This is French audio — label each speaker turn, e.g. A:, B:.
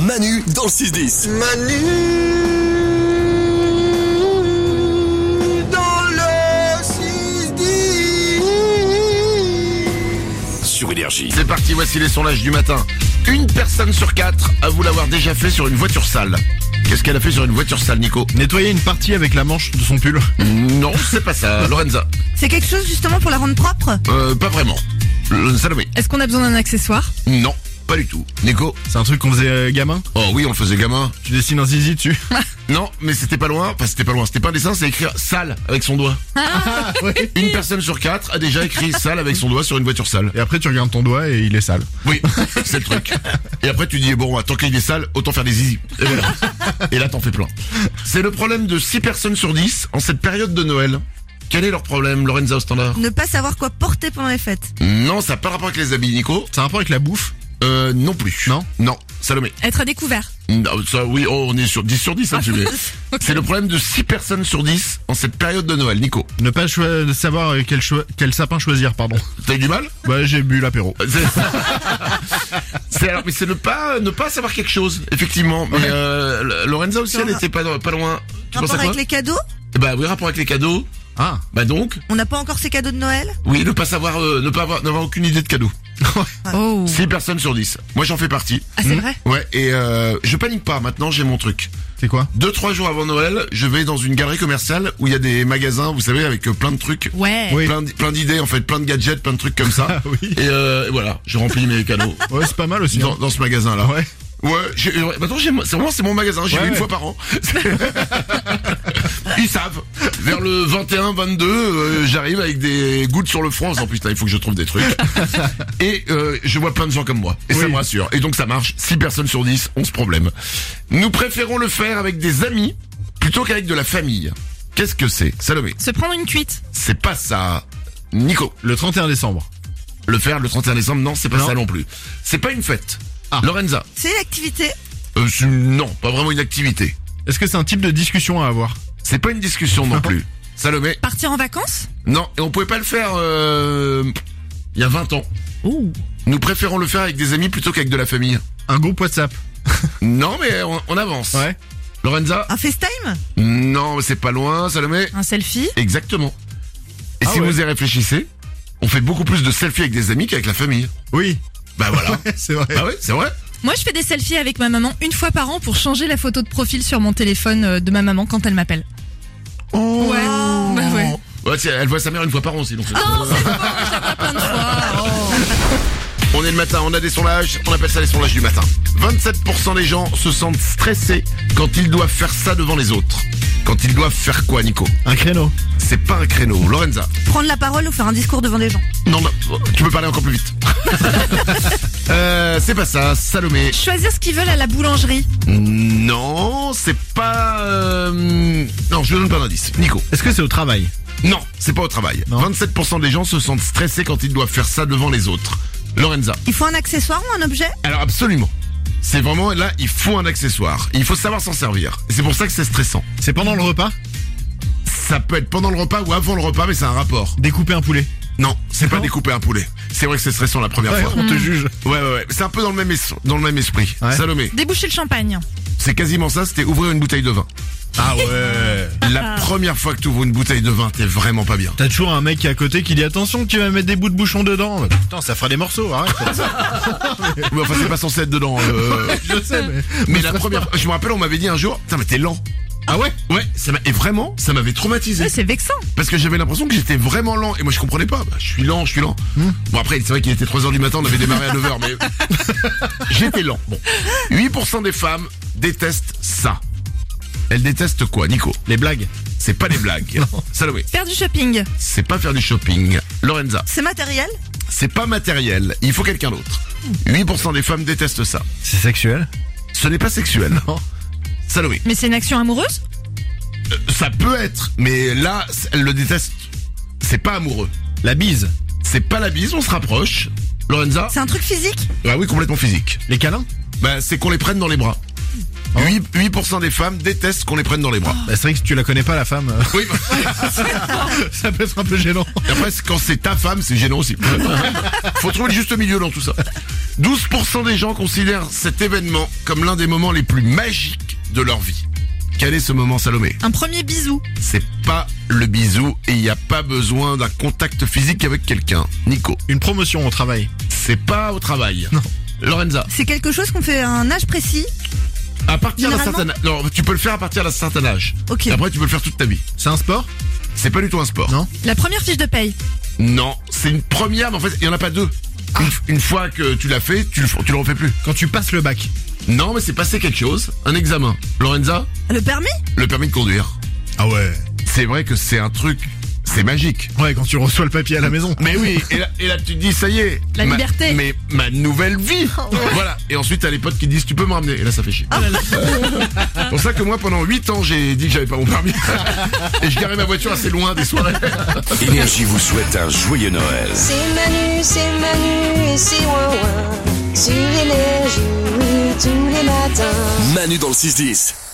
A: Manu dans le 6-10.
B: Manu dans le 6-10.
A: Sur Énergie.
C: C'est parti, voici les sondages du matin. Une personne sur quatre avoue l'avoir déjà fait sur une voiture sale. Qu'est-ce qu'elle a fait sur une voiture sale, Nico
D: Nettoyer une partie avec la manche de son pull.
C: Non, c'est pas ça, Lorenza.
E: C'est quelque chose justement pour la rendre propre
C: Euh, pas vraiment. Le- Salomé.
F: Est-ce qu'on a besoin d'un accessoire
C: Non, pas du tout. Nico
D: C'est un truc qu'on faisait euh, gamin.
C: Oh oui, on le faisait gamin.
D: Tu dessines un zizi dessus.
C: Non, mais c'était pas loin. Enfin, c'était pas loin. C'était pas un dessin, c'est écrire sale avec son doigt. Une personne sur quatre a déjà écrit sale avec son doigt sur une voiture sale.
D: Et après tu regardes ton doigt et il est sale.
C: Oui, c'est le truc. Et après, tu dis, bon, tant qu'il est sale, autant faire des zizi. Et, voilà. Et là, t'en fais plein. C'est le problème de 6 personnes sur 10 en cette période de Noël. Quel est leur problème, Lorenza au standard
E: Ne pas savoir quoi porter pendant les fêtes.
C: Non, ça n'a pas rapport avec les habits, Nico.
D: C'est un rapport avec la bouffe.
C: Euh, non plus.
D: Non
C: Non. Salomé.
F: Être à découvert.
C: Non, ça, oui, oh, on est sur 10 sur 10, hein, tu mets. C'est le problème de 6 personnes sur 10 en cette période de Noël, Nico.
D: Ne pas choi- savoir euh, quel, choi- quel sapin choisir, pardon.
C: T'as eu du mal
D: Bah j'ai bu l'apéro.
C: C'est- C'est alors, mais c'est ne pas, ne pas savoir quelque chose, effectivement. Mais euh, Lorenza aussi, elle était pas, pas loin. Tu penses
E: rapport
C: à quoi
E: avec les cadeaux
C: Bah oui, rapport avec les cadeaux.
D: Ah
C: Bah donc,
E: On n'a pas encore ces cadeaux de Noël
C: oui, ne pas savoir, euh, ne pas avoir, n'avoir aucune idée de cadeau.
F: Oh.
C: 6 personnes sur 10. Moi, j'en fais partie.
F: Ah, c'est vrai
C: Ouais, et euh, je panique pas. Maintenant, j'ai mon truc.
D: C'est quoi
C: Deux, trois jours avant Noël, je vais dans une galerie commerciale où il y a des magasins, vous savez, avec euh, plein de trucs.
F: Ouais.
D: Oui.
C: Plein d- plein d'idées, en fait, plein de gadgets, plein de trucs comme ça.
D: Oui.
C: Et euh, et voilà, je remplis mes cadeaux
D: Ouais c'est pas mal aussi.
C: dans,
D: hein.
C: dans ce magasin-là.
D: Ouais.
C: Ouais, j'ai- euh, ouais, maintenant j'ai, c'est vraiment c'est mon magasin, j'y
D: Ouais,
C: vais une
D: ouais.
C: fois par an. Ils savent. Vers le 21, 22, euh, j'arrive avec des gouttes sur le front. en disant, putain, il faut que je trouve des trucs. Et euh, je vois plein de gens comme moi. Et ça
D: Oui.
C: me rassure. Et donc ça marche. 6 personnes sur 10 ont ce problème. Nous préférons le faire avec des amis plutôt qu'avec de la famille. Qu'est-ce que c'est Salomé,
F: Se prendre une cuite.
C: c'est pas ça. Nico,
D: Le 31 décembre.
C: le faire le 31 décembre, non, c'est pas
D: Non.
C: ça non plus. C'est pas une fête.
D: Ah.
C: Lorenza,
E: C'est une activité
C: euh, c'est- non, pas vraiment une activité.
D: Est-ce que c'est un type de discussion à avoir
C: C'est pas une discussion
D: Ah
C: non plus. Salomé,
F: Partir en vacances
C: non, et on pouvait pas le faire euh, il y a 20 ans. Nous préférons le faire avec des amis plutôt qu'avec de la famille.
D: Un groupe WhatsApp.
C: Non, mais on, on avance.
D: Ouais.
C: Lorenza,
E: Un FaceTime
C: non, mais c'est pas loin. Salomé,
F: Un selfie
C: exactement. Et
D: Ah
C: si
D: ouais.
C: vous y réfléchissez, on fait beaucoup plus de selfies avec des amis qu'avec la famille.
D: Oui.
C: Bah voilà.
D: c'est vrai.
C: bah ouais, c'est vrai.
F: Moi, je fais des selfies avec ma maman une fois par an pour changer la photo de profil sur mon téléphone euh, de ma maman quand elle m'appelle.
C: Oh.
F: Ouais. Bah ouais.
C: Ouais, tiens, elle voit sa mère une fois par an, euh. sinon.
F: Non, Oh, c'est bon, je la vois plein de fois.
C: On est le matin, on a des sondages, on appelle ça les sondages du matin. 27% des gens se sentent stressés quand ils doivent faire ça devant les autres. Quand ils doivent faire quoi, Nico
D: Un créneau.
C: C'est pas un créneau. Lorenza
E: Prendre la parole ou faire un discours devant des gens
C: Non, non, tu peux parler encore plus vite. euh, c'est pas ça, Salomé.
F: Choisir ce qu'ils veulent à la boulangerie.
C: Non, c'est pas... euh, Non, je vous donne pas d'indice. Nico
D: Est-ce que c'est au travail
C: Non, c'est pas au travail.
D: Non.
C: 27% des gens se sentent stressés quand ils doivent faire ça devant les autres. Lorenza
E: Il faut un accessoire ou un objet
C: Alors absolument. C'est vraiment là, il faut un accessoire. Il faut savoir s'en servir. Et C'est pour ça que c'est stressant.
D: C'est pendant le repas
C: Ça peut être pendant le repas ou avant le repas, mais c'est un rapport.
D: Découper un poulet.
C: Non, c'est pas découper un poulet. C'est vrai que c'est stressant la première fois.
D: on te juge.
C: Ouais, ouais, ouais. C'est un peu dans le même, es- dans le même esprit.
D: Ouais.
C: Salomé,
F: Déboucher le champagne.
C: c'est quasiment ça, c'était ouvrir une bouteille de vin.
D: Ah ouais.
C: La première fois que tu ouvres une bouteille de vin, t'es vraiment pas bien.
D: T'as toujours un mec qui est à côté qui dit attention, tu vas mettre des bouts de bouchon dedans. Putain, ça fera des morceaux, hein, arrête.
C: Ouais, enfin, c'est pas censé être dedans. euh,
D: Je sais, mais.
C: Mais la première, je me rappelle, on m'avait dit un jour, putain, mais t'es lent.
D: Ah ouais
C: Ouais, ça m'a- et vraiment, ça m'avait traumatisé.
F: Ouais, c'est vexant.
C: Parce que j'avais l'impression que j'étais vraiment lent et moi je comprenais pas. Bah, je suis lent, je suis lent.
D: Hmm.
C: Bon après c'est vrai qu'il était 3h du matin, on avait démarré à 9h mais j'étais lent. Bon. 8% des femmes détestent ça. Elles détestent quoi Nico
D: Les blagues.
C: C'est pas des blagues. Salomé,
F: Faire du shopping.
C: c'est pas faire du shopping. Lorenza,
E: C'est matériel
C: c'est pas matériel, il faut quelqu'un d'autre. 8% des femmes détestent ça.
D: C'est sexuel
C: Ce n'est pas sexuel.
D: Non.
C: Salomé,
F: Mais c'est une action amoureuse
C: euh, ça peut être mais là c- elles le détestent. C'est pas amoureux.
D: La bise.
C: C'est pas la bise, on se rapproche. Lorenza
E: C'est un truc physique
C: Bah oui, complètement physique.
D: Les câlins
C: Bah, c'est qu'on les prenne dans les bras. 8%, 8% des femmes détestent qu'on les prenne dans les bras.
D: Bah, c'est vrai que si tu la connais pas, la femme, euh,
C: Oui, bah,
D: ça peut être un peu gênant.
C: et après, c'est- quand c'est ta femme, c'est gênant aussi. Faut trouver le juste milieu dans tout ça. 12% des gens considèrent cet événement comme l'un des moments les plus magiques de leur vie. Quel est ce moment, Salomé
F: Un premier bisou.
C: C'est pas le bisou et il n'y a pas besoin d'un contact physique avec quelqu'un. Nico,
D: Une promotion au travail.
C: c'est pas au travail.
D: Non.
C: Lorenza,
E: C'est quelque chose qu'on fait à un âge précis.
C: à partir d'un certain
E: Généralement-
C: âge. Non, tu peux le faire à partir d'un certain âge.
E: Ok.
C: Et après, tu peux le faire toute ta vie.
D: C'est un sport
C: C'est pas du tout un sport.
D: Non.
F: La première fiche de paye.
C: Non, c'est une première, mais en fait, il n'y en a pas deux.
E: Ah.
C: Une, f- une fois que tu l'as fait, tu le, f- tu le refais plus.
D: Quand tu passes le bac.
C: Non, mais c'est passé quelque chose, un examen. Lorenza,
E: Le permis
C: le permis de conduire.
D: Ah ouais.
C: C'est vrai que c'est un truc, c'est magique.
D: Ouais, quand tu reçois le papier à la maison.
C: Mais oui, et là, et là, tu te dis, ça y est.
F: La
C: ma-
F: liberté.
C: Mais ma nouvelle vie. Voilà. Et ensuite, t'as les potes qui disent, tu peux me ramener. Et là, ça fait
F: Ah.
C: chier. C'est pour ça que moi, pendant 8 ans, j'ai dit que j'avais pas mon permis. Et je garais ma voiture assez loin des soirées.
A: Énergie vous souhaite un joyeux Noël.
G: C'est Manu, c'est Manu et c'est Wawa. Sur Énergie, oui, tous les matins.
A: Manu dans le 6-10.